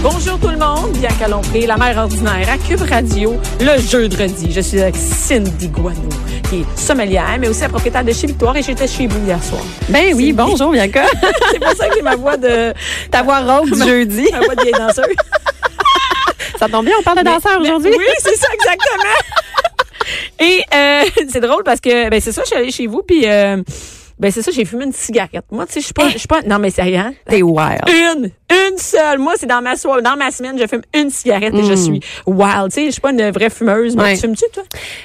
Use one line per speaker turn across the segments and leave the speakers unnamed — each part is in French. Bonjour tout le monde, bien Lompré, la mère ordinaire à Cube Radio, le jeudi. Je suis avec Cindy Guano, qui est sommelière, mais aussi la propriétaire de chez Victoire, et j'étais chez vous hier soir.
Ben oui, bonjour Bianca.
C'est pour ça que j'ai ma voix de...
Ta voix rauque du jeudi.
ma voix de vieille danseuse.
Ça tombe bien, on parle de danseur aujourd'hui.
Oui, c'est ça, exactement. Et euh, c'est drôle parce que, ben c'est ça, je suis allée chez vous, puis... euh, ben c'est ça, j'ai fumé une cigarette. Moi, tu sais, je suis pas, je suis pas, non mais sérieux, hein?
T'es wild.
Une, une seule. Moi, c'est dans ma soirée, dans ma semaine, je fume une cigarette et je suis wild. Tu sais, je suis pas une vraie fumeuse. Mais
Hmm. Ouais.
tu fumes-tu, toi?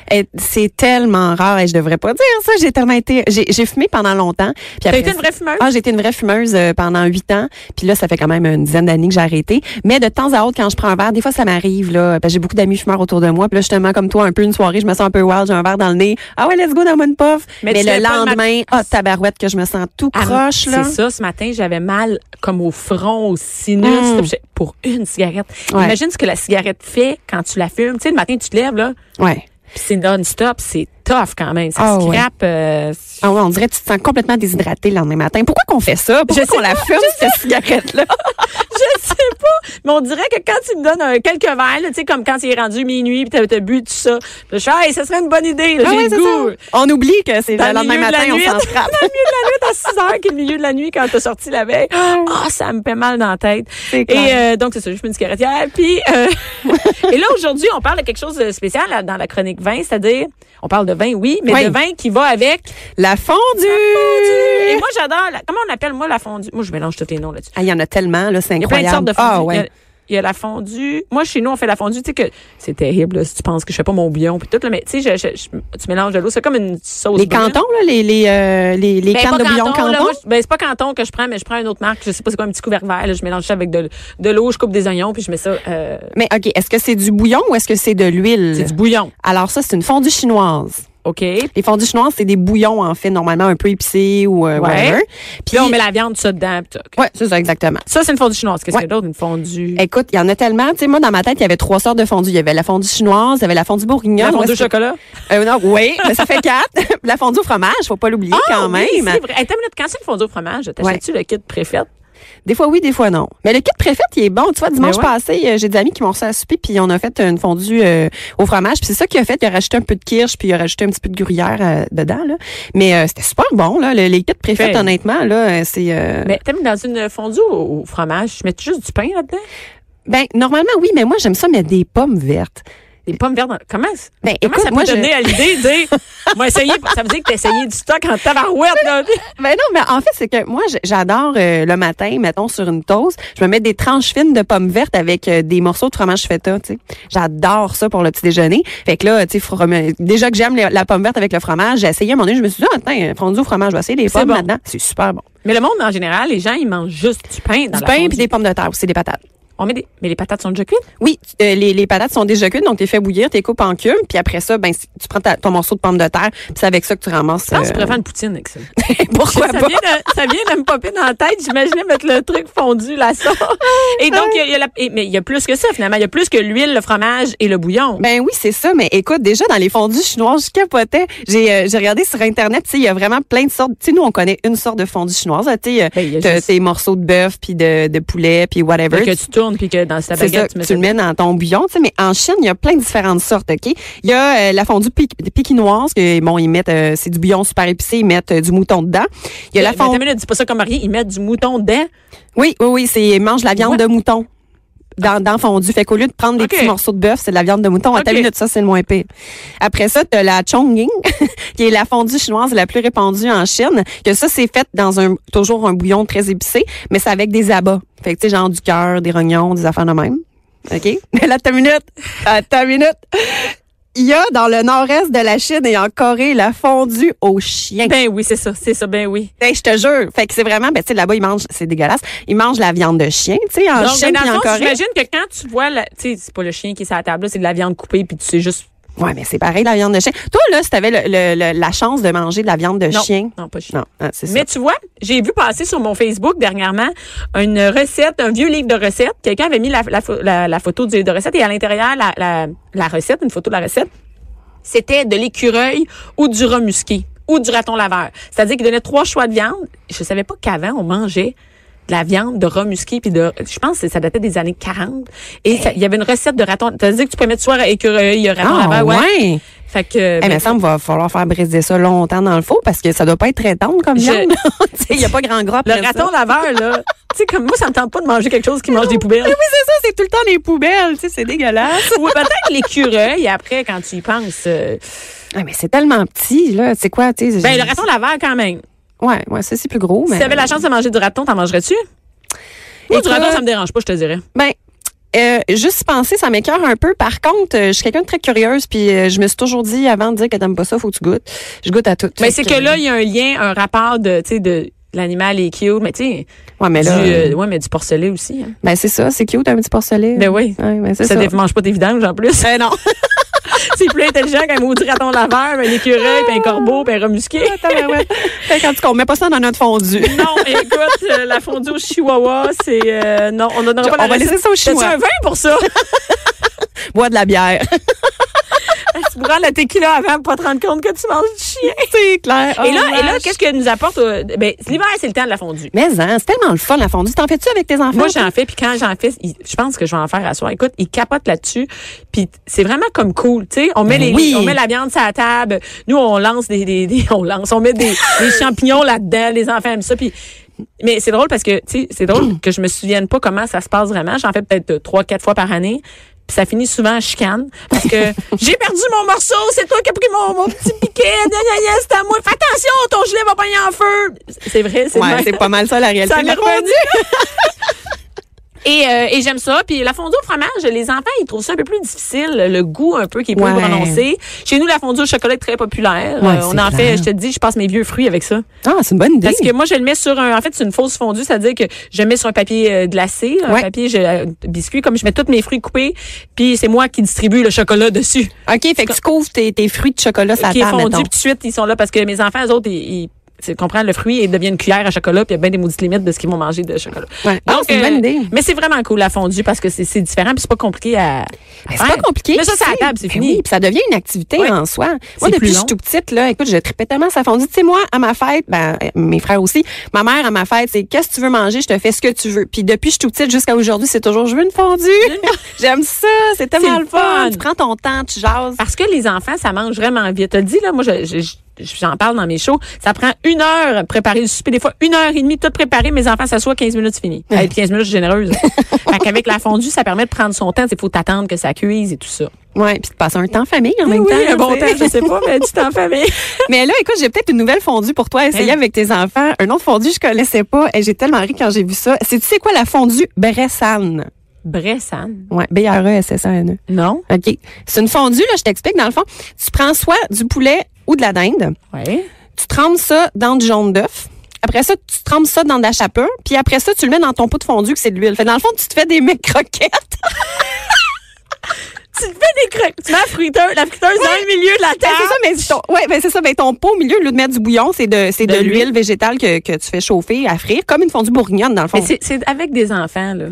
Et C'est tellement rare et je devrais pas dire ça. J'ai tellement été, j'ai j'ai fumé pendant longtemps. Puis
T'as
après
été
ça-
une vraie fumeuse?
Ah, j'ai été une vraie fumeuse euh, pendant huit ans. Puis là, ça fait quand même une dizaine d'années que j'ai arrêté. Mais de temps à autre, quand je prends un verre, des fois, ça m'arrive, là. Parce que j'ai beaucoup d'amis fumeurs autour de moi. Puis là, justement, comme toi, un peu une soirée, je me sens un peu wild, j'ai un verre dans le nez. Ah ouais, let's go, dans une puff.
Mais
Mais,
tu
le
lèves pas le
lendemain, ah, tabarouette, que je me sens tout
Ah,
croche, là.
C'est ça, ce matin, j'avais mal comme au front, au sinus,
Mm.
J'étais- pour une cigarette.
Ouais.
Imagine ce que la cigarette fait quand tu la fumes. Tu sais, le matin, tu te lèves, là,
Ouais.
puis c'est non-stop, c'est tough quand même. Ça
Ah,
se
ouais.
crappe. euh,
Ah ouais, on dirait que tu te sens complètement déshydraté le lendemain matin. Pourquoi qu'on fait ça? Pourquoi
Je sais
qu'on la fume, cette cigarette-là?
je sais pas, mais on dirait que quand tu me donnes un, quelques verres, là, tu sais, comme quand il est rendu minuit, puis t'as, t'as bu tout ça, je suis, hey, ça serait une bonne idée, là,
Ah
j'ai
ouais,
le
c'est
goût.
ça. On oublie que c'est
Dans
le lendemain
milieu de la
matin, on
nuit.
s'en frappe.
Dans le milieu de la nuit, à 6 heures, qui est le milieu de la nuit quand t'as sorti la veille. Ah, ça me fait mal dans la tête.
C'est clair.
Et euh, donc, c'est ça, je fais une cigarette hier. Puis, euh, et là, aujourd'hui, on parle de quelque chose de spécial là, dans la chronique vin, c'est-à-dire, on parle de vin, oui, mais
Oui.
de vin qui va avec.
La fondue!
Et moi, j'adore, la- comment on appelle, moi, la fondue? Moi, je mélange tous les noms là-dessus.
Ah, il y en a tellement, là, c'est
Il y a plein
incroyable.
de sortes de fondue.
Ah,
Il y a-
ouais.
il y a la fondue. Moi, chez nous, on fait la fondue. Tu sais que c'est terrible là, si tu penses que je fais pas mon bouillon puis tout, là, mais tu sais, je- je- je- tu mélanges de l'eau. C'est comme une sauce.
Les
brune.
cantons, là, les, les, euh, les, les
Ben,
cannes
pas
de bouillon
Canton, là.
canton.
Moi, je- ben, c'est pas canton que je prends, mais je prends une autre marque. Je sais pas c'est quoi, un petit couvert vert. là. je mélange ça avec de, de l'eau, je coupe des oignons, puis je mets ça. euh,
Mais OK, est-ce que c'est du bouillon ou est-ce que c'est de
c'est
l'huile?
du bouillon.
Alors ça, c'est une fondue chinoise.
OK. Puis
Les fondues chinoises, c'est des bouillons, en fait, normalement un peu épicés ou euh,
Ouais.
whatever. Puis,
là, on met la viande, ça dedans, puis toc.
Ouais, c'est ça, exactement.
Ça, c'est une fondue chinoise. Qu'est-ce
Ouais.
qu'il y a d'autre? Une fondue.
Écoute, il y en a tellement. Tu sais, moi, dans ma tête, il y avait trois sortes de fondue. Il y avait la fondue chinoise, il y avait la fondue bourguignonne.
La
Où
fondue au
est-ce que-
chocolat.
Euh, non, oui, mais ça fait quatre. la fondue au fromage, faut pas l'oublier quand
Ah,
même.
oui, c'est vrai. Hey, Attends une minute, quand c'est une fondue au fromage, t'achètes-tu le kit préfète?
Des fois oui, des fois non. Mais le kit préfète, il est bon. Tu vois, dimanche
Mais Ben ouais.
passé, euh, j'ai des amis qui m'ont reçu à souper, puis on a fait une fondue euh, au fromage. Puis c'est ça qu'il a fait. Il a rajouté un peu de kirsch, puis il a rajouté un petit peu de gruyère euh, dedans. Là. Mais euh, c'était super bon. Là. Le, les kits préfètes,
Fait.
honnêtement, là, euh, c'est... euh,
Mais t'aimes dans une fondue au au fromage, tu mets juste du pain là-dedans?
Ben, normalement, oui, mais moi, j'aime ça, mais des pommes vertes.
Des pommes vertes. dans- Comment,
Ben,
comment
écoute,
ça peut
moi,
te
je-
donner à l'idée de dire, moi, essayer, ça veut dire que t'as essayé du stock en tabarouette, là.
Ben non, mais en fait, c'est que moi, j- j'adore euh, le matin, mettons, sur une toast, je me mets des tranches fines de pommes vertes avec euh, des morceaux de fromage feta, tu sais. J'adore ça pour le petit déjeuner. Fait que là, tu sais, frome- déjà que j'aime les- la pomme verte avec le fromage, j'ai essayé à un moment donné, je me suis dit, ah, tiens, fondue au fromage, je vais essayer les
C'est
pommes
bon.
maintenant. C'est super bon.
Mais le monde, en général, les gens, ils mangent juste du pain dans la
du pain
fondue.
puis des pommes de terre aussi, des patates.
On met des... Mais les patates sont déjà cuites?
Oui, tu- euh, les, les patates sont déjà cuites, donc tu les fais bouillir, tu les coupes en cubes, puis après ça, ben, si- tu prends ta- ton morceau de pomme de terre, puis c'est avec ça que tu ramasses.
Je pense que je
euh,
pourrais faire une poutine avec ça.
pourquoi
ça,
pas?
Vient de, ça vient de me popper dans la tête. J'imaginais mettre le truc fondu, la sauce. Et donc, il y a, il y a la- et- mais il y a plus que ça, finalement. Il y a plus que l'huile, le fromage et le bouillon.
Ben oui, c'est ça. Mais écoute, déjà dans les fondues chinoises, je capotais. J'ai euh, j'ai regardé sur internet, tu sais, il y a vraiment plein de sortes. Tu sais, nous on connaît une sorte de fondue chinoise, là, tu sais, euh,
Ben, il y a
t'as
juste-
tes morceaux de bœuf puis de, de poulet puis whatever.
que tu tournes, puis que dans ta
C'est ça,
baguette, tu
tu,
mets
le mets dans ton bouillon, tu sais, mais en Chine, il y a plein de différentes sortes, OK? Il y a euh, la fondue pi- pékinoise, que, bon, ils mettent, euh, c'est du bouillon super épicé, ils mettent euh, du mouton dedans. Il y a la
Mais attends une
fondue...
minute, dis pas ça comme rien. Ils mettent du mouton dedans.
Oui, oui, oui, c'est, ils mangent la viande
Ouais.
de mouton dans, dans fondue. Fait qu'au lieu de prendre des
OK.
petits morceaux de bœuf, c'est de la viande de mouton. À ta
OK.
minute, ça, c'est le moins pire. Après ça, t'as la chongqing, qui est la fondue chinoise la plus répandue en Chine. Que ça, c'est fait dans un, toujours un bouillon très épicé, mais c'est avec des abats. Fait que, tu sais, genre du cœur, des rognons, des affaires de même. OK? Mais là, ta minute. À ta minute. Il y a dans le nord-est de la Chine et en Corée la fondue aux chiens.
Ben oui, c'est ça, c'est ça, ben oui.
Ben, je te jure. Fait que c'est vraiment, ben, tu sais, là-bas, ils mangent, c'est dégueulasse. Ils mangent la viande de chien, tu sais, en
Donc,
Chine
ben, dans le
et en
fond,
Corée.
j'imagine que quand tu vois, la- tu sais, c'est pas le chien qui est sur la table, là, c'est de la viande coupée, puis tu sais juste.
Ouais, mais c'est pareil, la viande de chien. Toi, là, si t'avais le- le- le- la chance de manger de la viande de
Non,
chien.
non, pas chien.
Non, hein, c'est ça.
Mais tu vois, j'ai vu passer sur mon Facebook dernièrement une recette, un vieux livre de recettes. Quelqu'un avait mis la, la pho- la- la photo du livre de recettes et à l'intérieur, la, la- la recette, une photo de la recette, c'était de l'écureuil ou du rat musqué ou du raton laveur. C'est-à-dire qu'il donnait trois choix de viande. Je savais pas qu'avant, on mangeait de la viande de rat musqué puis de je pense que ça datait des années 40 et ça- il y avait une recette de raton c'est-à-dire que tu pouvais mettre soit écureuil raton
Ah,
laveur ouais.
ouais.
fait que ben,
Eh, mais ça me va falloir faire briser ça longtemps dans le four parce que ça doit pas être très tendre comme
Je-
viande. Tu sais, Il n'y a pas grand gras.
le
après ça.
raton laveur là tu sais comme moi ça me tente pas de manger quelque chose qui mange des poubelles
Mais oui, c'est ça, c'est tout le temps des poubelles, tu sais, c'est dégueulasse.
Ou peut-être l'écureuil, après, quand tu y penses. euh,
Ah, mais c'est tellement petit, là, tu sais quoi, tu sais.
ben,
je-
le raton laveur, quand même.
Ouais, ouais, ça, c'est plus gros, mais.
Si t'avais la chance de manger du raton, t'en mangerais-tu? Moi,
Écoute-
du raton, ça me dérange pas, je te dirais.
Ben, euh, juste penser, ça m'écœure un peu. Par contre, euh, je suis quelqu'un de très curieuse, puis euh, je me suis toujours dit, avant de dire que t'aimes pas ça, faut que tu goûtes. Je goûte à tout.
Mais
Fait
Ben, c'est que là, il y a un lien, un rapport de, tu sais, de l'animal est cute, mais tu sais,
Ouais, mais
du,
là.
euh, ouais, mais du porcelet aussi. hein.
Ben, c'est ça, c'est cute, un petit porcelet.
Ben oui.
Ouais, ben, c'est
Ça
ça.
ne mange pas tes vidanges, en plus.
Ben non.
c'est plus intelligent qu'un maudit raton laveur, un écureuil, puis un corbeau, puis un remusqué.
Attends, ben ouais. Fait qu'en tout cas, on met pas ça dans notre fondue.
Non, écoute, euh, la fondue au chihuahua, c'est... euh, non, on n'en aura pas la
On va laisser
recette.
ça au
T'as-tu
chihuahua.
un vin pour ça?
Bois de la bière.
tu prends la tequila avant pour pas te rendre compte que tu manges du chien.
c'est clair. Oh,
Et là, et là,
que
qu'est-ce que nous apporte euh, ben, l'hiver, c'est le temps de la fondue.
Mais hein, c'est tellement le fun la fondue. T'en fais-tu avec tes enfants?
Moi, j'en fais, puis quand j'en fais, il- je pense que je vais en faire à soir. Écoute, ils capotent là-dessus, puis c'est vraiment comme cool, tu sais. On met
Ben
les,
oui.
on met la viande sur la table. Nous, on lance des, des, des- on lance, on met des, des champignons là-dedans. Les enfants aiment ça, puis. Mais c'est drôle parce que, tu sais, c'est drôle que je me souvienne pas comment ça se passe vraiment. J'en fais peut-être euh, trois, quatre fois par année. Puis ça finit souvent en chicane parce que j'ai perdu mon morceau, c'est toi qui as pris mon, mon petit piquet, gna, gna, gna, c'est à moi. Fais attention, ton gilet va pogner en feu. C'est vrai, c'est
Ouais,
vrai.
c'est pas mal ça la réalité.
Ça
de
m'est
la fondue.
revenu. Et, euh, et j'aime ça. Puis la fondue au fromage, les enfants, ils trouvent ça un peu plus difficile, le goût un peu qui est plus
Ouais.
prononcé. Chez nous, la fondue au chocolat est très populaire.
Ouais,
Euh, on
c'est
en
clair.
fait, je te dis, je passe mes vieux fruits avec ça.
Ah, c'est une bonne idée.
Parce que moi, je le mets sur un. En fait, c'est une fausse fondue, c'est-à-dire que je mets sur un papier euh, glacé, un
Ouais.
papier je, euh, biscuit, comme je mets tous mes fruits coupés, puis c'est moi qui distribue le chocolat dessus,
OK, fait que tu couvres tes, tes fruits de chocolat sur la
qui est
table,
fondu.
mettons.
Puis tout de suite, ils sont là parce que mes enfants, eux autres, ils, ils tu comprends, le fruit, ils deviennent une cuillère à chocolat, puis il y a bien des maudites limites de ce qu'ils vont manger de chocolat.
Ouais. Ah, c'est une bonne
euh,
idée.
Mais c'est vraiment cool la fondue parce que c'est c'est différent puis c'est pas compliqué à. à
Ben, c'est
faire.
pas compliqué.
Mais ça, c'est à
tu
la
sais.
table, c'est
Ben
fini.
oui, puis ça devient une activité
Ouais.
en soi. Moi,
C'est plus
depuis que je
long.
suis tout petite, là, écoute, je tripais tellement sa fondue. Tu sais, moi, à ma fête, ben, euh, mes frères aussi, ma mère, à ma fête, c'est qu'est-ce que tu veux manger, je te fais ce que tu veux. Puis depuis que je suis tout petite jusqu'à aujourd'hui, c'est toujours, je veux une fondue. J'aime ça, c'est tellement
C'est
le fun.
le fun.
Tu prends ton temps, tu jases.
Parce que les enfants, ça mange vraiment vite. T'as dit là, moi, je- je- je- j'en parle dans mes shows. Ça prend une heure à préparer le souper. Des fois, une heure et demie, tout préparé. Mes enfants s'assoient 15 minutes, c'est fini. Avec 15 minutes, je suis généreuse. fait qu'avec la fondue, ça permet de prendre son temps. Il faut t'attendre que ça cuise et tout ça.
Ouais, puis de passer un temps en famille en même
oui,
temps.
un bon
tu sais.
temps, je sais pas, mais tu t'en fais, mais...
Mais là, écoute, j'ai peut-être une nouvelle fondue pour toi. Essayez
Hein?
avec tes enfants. Un autre fondue, je connaissais pas. Et j'ai tellement ri quand j'ai vu ça. C'est, tu sais quoi, la fondue Bressane?
Bressane?
Ouais, E B-R-E-S-S-A-N-E.
Non?
OK. C'est une fondue, là, je t'explique. Dans le fond, tu prends soit du poulet ou de la dinde.
Ouais.
Tu trempes ça dans du jaune d'œuf. Après ça, tu trempes ça dans de la chapelure. Puis après ça, tu le mets dans ton pot de fondue, que c'est de l'huile. Fait que dans le fond, tu te fais des mecs croquettes.
Tu te fais des croquettes. Tu mets la fruiteuse, la fruiteuse dans le milieu de la
Ben,
table.
c'est ça, mais ton, ouais, ben, c'est ça. Ben, ton pot au milieu, au lieu de mettre du bouillon, c'est de, c'est de,
De l'huile.
l'huile végétale que, que tu fais chauffer, à frire, comme une fondue bourguignonne, dans le fond.
Mais c'est- c'est avec des enfants, là.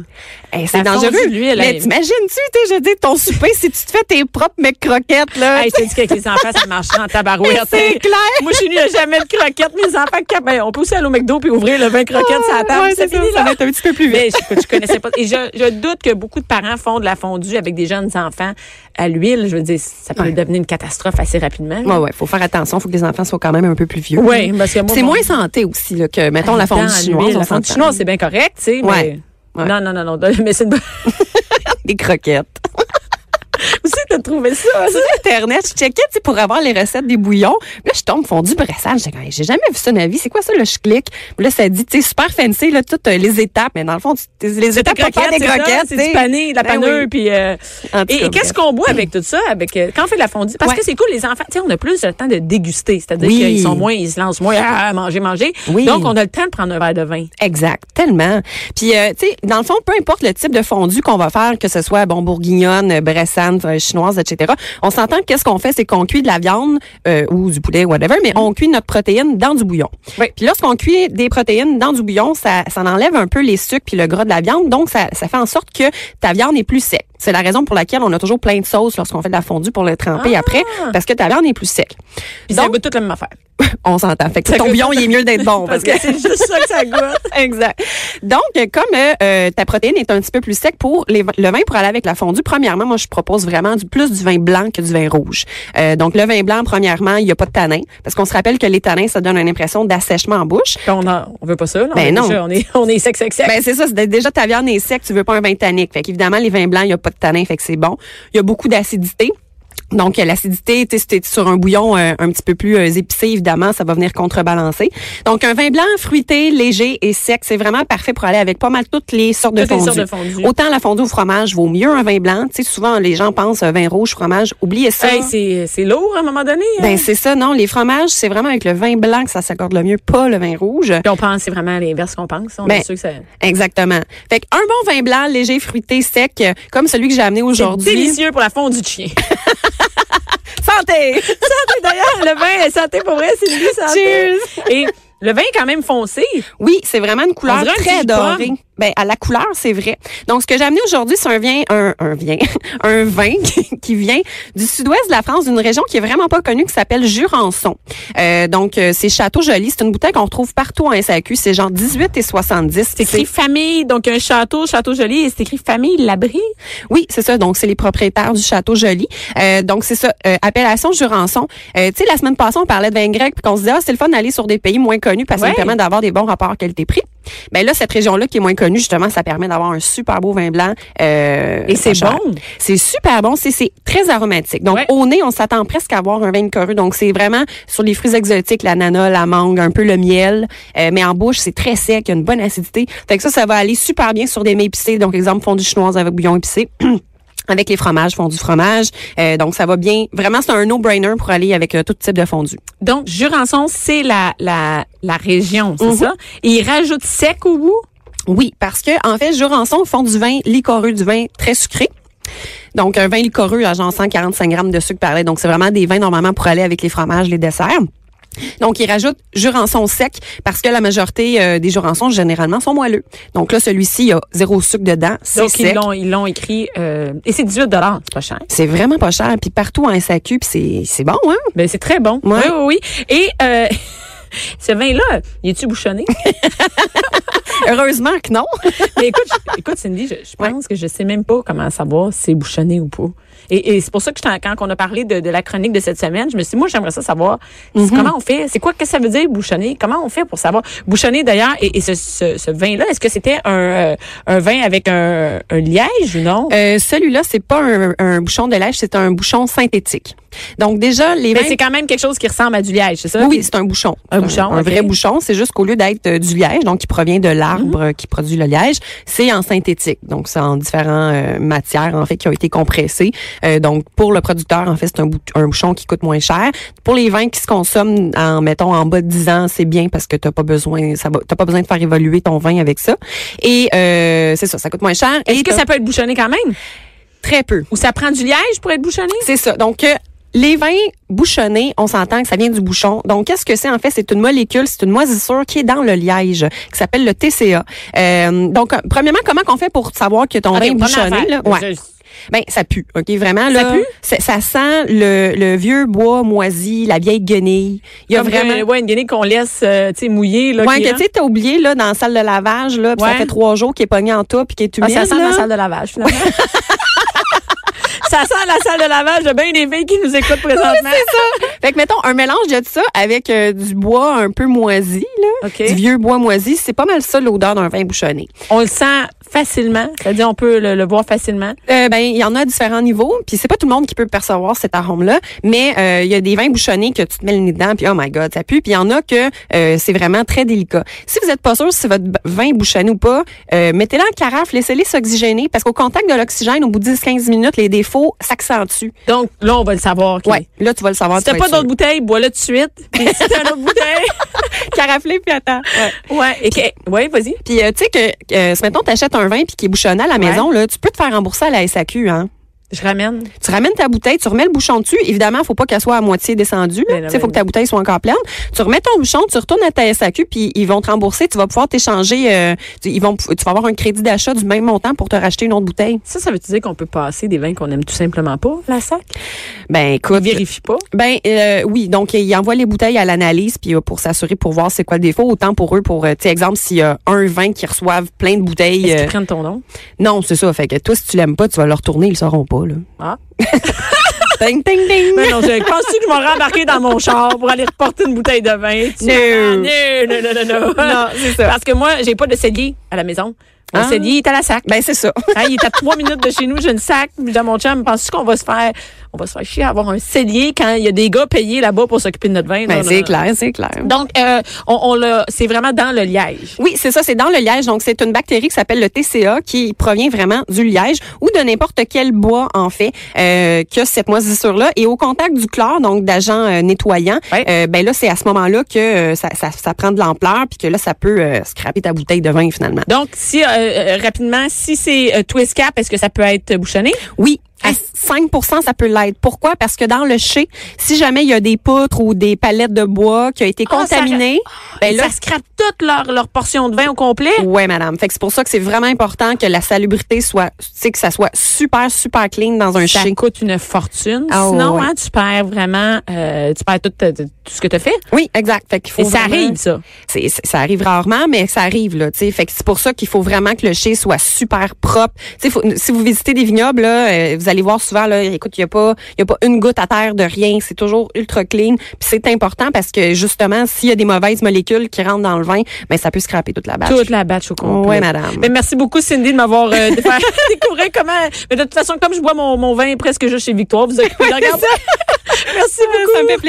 Hey, c'est
La fondue
dangereux.
de l'huile,
mais
hey.
t'imagines-tu, tu sais, je dis, ton souper, si tu te fais tes propres mecs croquettes, là.
Hey, je t'ai dit qu'avec les enfants, ça marche en tabarouette. hein.
C'est clair.
Moi, je suis nulle à jamais de croquettes. Mes enfants, cap- ben, on peut aussi aller au McDo puis ouvrir le vin croquettes sur la table.
Ouais,
c'est
ça,
fini,
ça
là.
va être un petit peu plus vite.
Mais je, je connaissais pas. Et je, je doute que beaucoup de parents font de la fondue avec des jeunes enfants à l'huile. Je veux dire, ça peut
Ouais.
devenir une catastrophe assez rapidement.
Ouais, ouais, faut faire attention, faut que les enfants soient quand même un peu plus vieux.
Ouais, parce que moi,
c'est
mon-
moins santé aussi là, que mettons la
Dans
fondue
l'huile,
chinoise, on
La fondue
s'entend.
chinoise, c'est bien correct, tu sais,
Ouais.
mais...
Ouais.
Non, non, non, non. Mais c'est une...
des croquettes.
Aussi, t'as trouvé ça?
sur Internet, je checkais tu sais, pour avoir les recettes des bouillons. Puis Là, je tombe fondu bressage. J'étais comme, Hey, J'ai jamais vu ça de ma vie. C'est quoi ça? Là, je clique. Puis là, ça dit, tu sais, super fancy, là, toutes euh, les étapes. Mais dans le fond, tu- t'es- les étapes, pas faire des
c'est ça,
croquettes.
c'est
tu sais.
du pané, de la
Ben oui.
panure, puis. euh,
En tout
et
cas,
et qu'est-ce
bref.
qu'on boit avec tout ça, avec euh, quand on fait de la fondue Parce
Ouais.
que c'est cool, les enfants, tu sais, on a plus le temps de déguster, c'est-à-dire
Oui.
qu'ils sont moins, ils se lancent moins à manger, manger.
Oui.
Donc on a le temps de prendre un verre de vin.
Exact, tellement. Puis, euh, tu sais, dans le fond, peu importe le type de fondue qu'on va faire, que ce soit bon bourguignonne, euh, bressane, euh, chinoise, etc. On s'entend que qu'est-ce qu'on fait, c'est qu'on cuit de la viande euh, ou du poulet, whatever, mais on cuit notre protéine dans du bouillon.
Oui.
Puis lorsqu'on cuit des protéines dans du bouillon, ça, ça en enlève un peu les sucres puis le gras de la viande, donc ça, ça fait en sorte que ta viande est plus sec. C'est la raison pour laquelle on a toujours plein de sauces lorsqu'on fait de la fondue pour le tremper après, parce que ta viande est plus sec.
Ah! Puis ça
donc,
goûte toute la même affaire.
on s'entend. Fait que ton
goûte-
bouillon, il est mieux d'être bon
Parce que c'est juste ça que ça goûte.
Exact. Donc, euh, comme euh, euh, ta protéine est un petit peu plus sec pour les- le vin pour aller avec la fondue, premièrement, moi, je propose vraiment du plus du vin blanc que du vin rouge. Euh, donc, le vin blanc, premièrement, il n'y a pas de tanin, parce qu'on se rappelle que les tanins, ça donne une impression d'assèchement en bouche.
Puis on, en- on veut pas ça. Là, on
Ben
est
non.
déjà- On est, on est sec, sec, sec.
Ben c'est ça, c'est déjà ta viande est sec, tu veux pas un vin tannique. Fait qu'évidemment les vins blancs, il y a pas de tanin, fait que c'est bon. Il y a beaucoup d'acidité. Donc euh, l'acidité, tu sais, si t'es sur un bouillon euh, un petit peu plus euh, épicé, évidemment, ça va venir contrebalancer. Donc un vin blanc fruité, léger et sec, c'est vraiment parfait pour aller avec pas mal toutes les sortes de
Toutes les
fondues.
sortes de fondues.
Autant la fondue au fromage vaut mieux un vin blanc, tu sais souvent les gens pensent euh, vin rouge fromage, oubliez ça.
Hey, c'est c'est lourd à un moment donné. hein.
ben c'est ça, non, les fromages, c'est vraiment avec le vin blanc que ça s'accorde le mieux, pas le vin rouge.
Puis on pense, c'est vraiment l'inverse qu'on pense. On
Ben,
est sûr que ça.
Exactement. Fait qu'un bon vin blanc léger, fruité, sec, euh, comme celui que j'ai amené
C'est
aujourd'hui.
délicieux pour la fondue de chien.
Santé!
santé d'ailleurs, le vin, la santé pour vrai, c'est une vie santé.
Cheers.
Et le vin est quand même foncé.
Oui, c'est vraiment une
On
couleur
dirait un petit jus
très
de
dorée.
pomme.
Ben, à la couleur, c'est vrai. Donc, ce que j'ai amené aujourd'hui, c'est un vin, un, un vin, un vin qui- qui vient du sud-ouest de la France, d'une région qui est vraiment pas connue, qui s'appelle Jurançon. Euh, donc, euh, c'est Château Joli. C'est une bouteille qu'on retrouve partout en SAQ. C'est genre 18 et 70.
C'est écrit famille, donc un château, château joli, et c'est écrit famille Labrie.
Oui, c'est ça. Donc, c'est les propriétaires du Château Joli. Euh, donc, c'est ça. euh, appellation Jurançon. Euh, tu sais, la semaine passée, on parlait de vin grec, puis qu'on se disait, ah, c'est le fun d'aller sur des pays moins connus parce que ça
Ouais.
nous permet d'avoir des bons rapports qualité-prix. Ben là, cette région-là qui est moins connue, justement, ça permet d'avoir un super beau vin blanc. euh,
Et c'est
pas cher.
bon.
C'est super bon. C'est- C'est très aromatique. Donc,
Ouais.
au nez, on s'attend presque à avoir un vin de Corue. Donc, c'est vraiment sur les fruits exotiques, l'ananas, la mangue, un peu le miel. Euh, mais en bouche, c'est très sec, il y a une bonne acidité. Fait que ça, ça va aller super bien sur des mets épicés. Donc, exemple, fondue chinoise avec bouillon épicé. Avec les fromages, fondue fromage. Euh, donc, ça va bien. Vraiment, c'est un no-brainer pour aller avec euh, tout type de fondue.
Donc, Jurançon, c'est la, la, la région, c'est
Mhm.
ça? Et ils rajoutent sec au bout?
Oui, parce que en fait, Jurançon font du vin licoreux, du vin très sucré. Donc, un vin licoreux à genre 145 grammes de sucre par lait. Donc, c'est vraiment des vins normalement pour aller avec les fromages, les desserts. Donc, ils rajoutent Jurançon sec parce que la majorité euh, des Jurançons, généralement, sont moelleux. Donc là, celui-ci, il y a zéro sucre dedans. C'est
Donc, ils
sec.
l'ont, ils l'ont écrit, euh, et c'est 18 c'est pas cher.
C'est vraiment pas cher. Puis partout en SAQ, puis c'est- c'est bon, hein?
Ben, c'est très bon.
Ouais.
Oui, oui, oui. Et, euh, ce vin-là, il est-tu bouchonné?
Heureusement que non.
Mais écoute, je- écoute, Cindy, je, je pense que je sais même pas comment savoir si c'est bouchonné ou pas. Et, et c'est pour ça que je t'en- quand on a parlé de, de la chronique de cette semaine, je me suis dit, moi, j'aimerais ça savoir
Mhm.
c'est comment on fait, c'est quoi, qu'est-ce que ça veut dire bouchonné? Comment on fait pour savoir? Bouchonné, d'ailleurs, et, et ce, ce- ce vin-là, est-ce que c'était un, euh, un vin avec un, un liège ou non?
Euh, Celui-là, c'est pas un, un bouchon de lèche, c'est un bouchon synthétique. Donc déjà, les
Mais
vins
c'est quand même quelque chose qui ressemble à du liège, c'est ça?
Oui, oui, c'est un bouchon.
Euh, Un bouchon,
Un
ok.
vrai bouchon. C'est juste qu'au lieu d'être euh, du liège, donc qui provient de l'arbre
Mhm.
euh, qui produit le liège, c'est en synthétique. Donc, c'est en différentes euh, matières, en fait, qui ont été compressées. Euh, donc, pour le producteur, en fait, c'est un, bou- un bouchon qui coûte moins cher. Pour les vins qui se consomment en, mettons, en bas de 10 ans, c'est bien parce que t'as pas besoin, ça va, t'as pas besoin de faire évoluer ton vin avec ça. Et, euh, c'est ça, ça coûte moins cher.
Est-ce
Et
que
t'as
ça peut être bouchonné quand même?
très peu.
Ou ça prend du liège pour être bouchonné?
C'est ça. Donc, euh, les vins bouchonnés, on s'entend que ça vient du bouchon. Donc, qu'est-ce que c'est en fait? C'est une molécule, c'est une moisissure qui est dans le liège, qui s'appelle le TCA. Euh, donc, euh, premièrement, comment qu'on fait pour savoir que ton
Ok,
vin est
Ah ben, bonne
bouchonné?
affaire.
Là?
Je-
Ouais. Ben, ça pue, OK, vraiment. Là,
pue?
Ça, ça sent le, le vieux bois moisi, la vieille guenille. Il y a
Comme
vraiment...
que, ouais, une guinée qu'on laisse euh, tu sais, mouiller. Là,
Ouais,
qui-
que tu sais, t'as oublié, là, dans la salle de lavage, là, puis
Ouais.
ça fait trois jours qu'il est pogné en tas puis qu'il est
Ah,
humide,
ça sent
là.
la salle de lavage, finalement. ça sent la salle de lavage de bien des filles qui nous écoutent présentement.
C'est ça. Fait que, mettons, un mélange de ça avec euh, du bois un peu moisi, là.
OK.
du vieux bois moisi, c'est pas mal ça l'odeur d'un vin bouchonné.
On le sent facilement? C'est-à-dire, on peut le, le voir facilement?
Euh, ben, il y en a à différents niveaux, puis c'est pas tout le monde qui peut percevoir cet arôme-là, mais euh, il y a des vins bouchonnés que tu te mets le nez dedans, puis oh my god, ça pue, puis il y en a que euh, c'est vraiment très délicat. Si vous êtes pas sûr si votre b- vin est bouchonné ou pas, euh, mettez-le en carafe, laissez-les s'oxygéner, parce qu'au contact de l'oxygène, au bout de 10-15 minutes, les défauts s'accentuent.
Donc, là, on va le savoir. OK.
Ouais, là, tu vas le savoir.
Si t'as
tu vas
pas
être
d'autres bouteilles, bois-le tout de suite. Puis si t'as une autre bouteille.
sûr. Carafler, puis attends. Ouais.
Ouais, et que- ouais, vas-y.
Puis, euh, tu sais que, euh, si mettons, t'achètes un vin puis qui est bouchonné à la maison, là, tu peux te faire rembourser à la SAQ, hein.
Je ramène.
Tu ramènes ta bouteille, tu remets le bouchon dessus. Évidemment, faut pas qu'elle soit à moitié descendue.
Ben
là.
non,
Tu sais,
ben
faut que ta bouteille soit encore pleine. Tu remets ton bouchon, tu retournes à ta SAQ, puis ils vont te rembourser. Tu vas pouvoir t'échanger. euh, tu, ils vont, pou- tu vas avoir un crédit d'achat du même montant pour te racheter une autre bouteille.
Ça, ça veut dire qu'on peut passer des vins qu'on aime tout simplement pas, la sac?
Ben
On
écoute.
vérifie pas.
Ben euh, oui, donc ils envoient les bouteilles à l'analyse puis euh, pour s'assurer pour voir c'est quoi le défaut autant pour eux pour euh, tu sais exemple s'il y a un vin qui reçoivent plein de bouteilles
Est-ce
euh,
qu'ils prennent ton nom?
non, c'est ça fait que toi si tu l'aimes pas, tu vas le retourner, ils le sauront pas là.
Ah. Ben,
ding ding ding.
Mais non, je pense que je m'aurais embarqué dans mon char pour aller reporter une bouteille de vin. Tu
No.
m'entends? Non, non, non, non.
Non, c'est ça.
Parce que moi, j'ai pas de cellier à la maison. Mon
Ah.
cellier est à la sac.
Ben c'est ça.
Hein, il est à trois minutes de chez nous, j'ai une sac. Puis dans mon chum, penses-tu qu'on va se faire, on va se faire chier à avoir un cellier quand il y a des gars payés là-bas pour s'occuper de notre vin? Non,
Ben
non,
c'est
non.
clair, c'est clair.
Donc, euh, on, on l'a- c'est vraiment dans le liège.
Oui, c'est ça, c'est dans le liège. Donc, c'est une bactérie qui s'appelle le TCA qui provient vraiment du liège ou de n'importe quel bois, en fait, euh, qui a cette moisissure-là. Et au contact du chlore, donc d'agents euh, nettoyants,
Ouais.
euh, ben là, c'est à ce moment-là que euh, ça, ça, ça prend de l'ampleur puis que là, ça peut euh, scraper ta bouteille de vin, finalement.
Donc, si euh, euh, rapidement, si c'est euh, twist cap, est-ce que ça peut être bouchonné?
Oui. À 5 ça peut l'être. Pourquoi? Parce que dans le chai, si jamais il y a des poutres ou des palettes de bois qui ont été
Ah, ça-
contaminées, ben là,
ça scrape toute leur, leur portion de vin au complet.
Oui, madame. Fait que c'est pour ça que c'est vraiment important que la salubrité soit, tu sais, que ça soit super, super clean dans un
ça
chien.
coûte une fortune.
Ah,
Sinon,
ouais.
hein, tu perds vraiment, euh, tu perds tout, euh, tout ce que tu fait.
Oui, exact. Fait qu'il faut
Et ça
vraiment-
arrive, ça.
C'est- c'est- ça arrive rarement, mais ça arrive là. Tu sais, fait que c'est pour ça qu'il faut vraiment que le chien soit super propre. Tu sais, faut- si vous visitez des vignobles, là, euh, vous allez voir souvent là, écoute, il y a pas, il y a pas une goutte à terre de rien. C'est toujours ultra clean. Puis c'est important parce que justement, s'il y a des mauvaises molécules qui rentrent dans le vin, ben ça peut scraper toute la batch.
Toute la batch au complet.
Ouais, madame.
Mais merci beaucoup, Cindy, de m'avoir euh, de faire découvrir comment. Mais de toute façon, comme je bois mon, mon vin presque juste chez Victoire, vous avez pu le regarder. Merci beaucoup.
Ça me fait plaisir.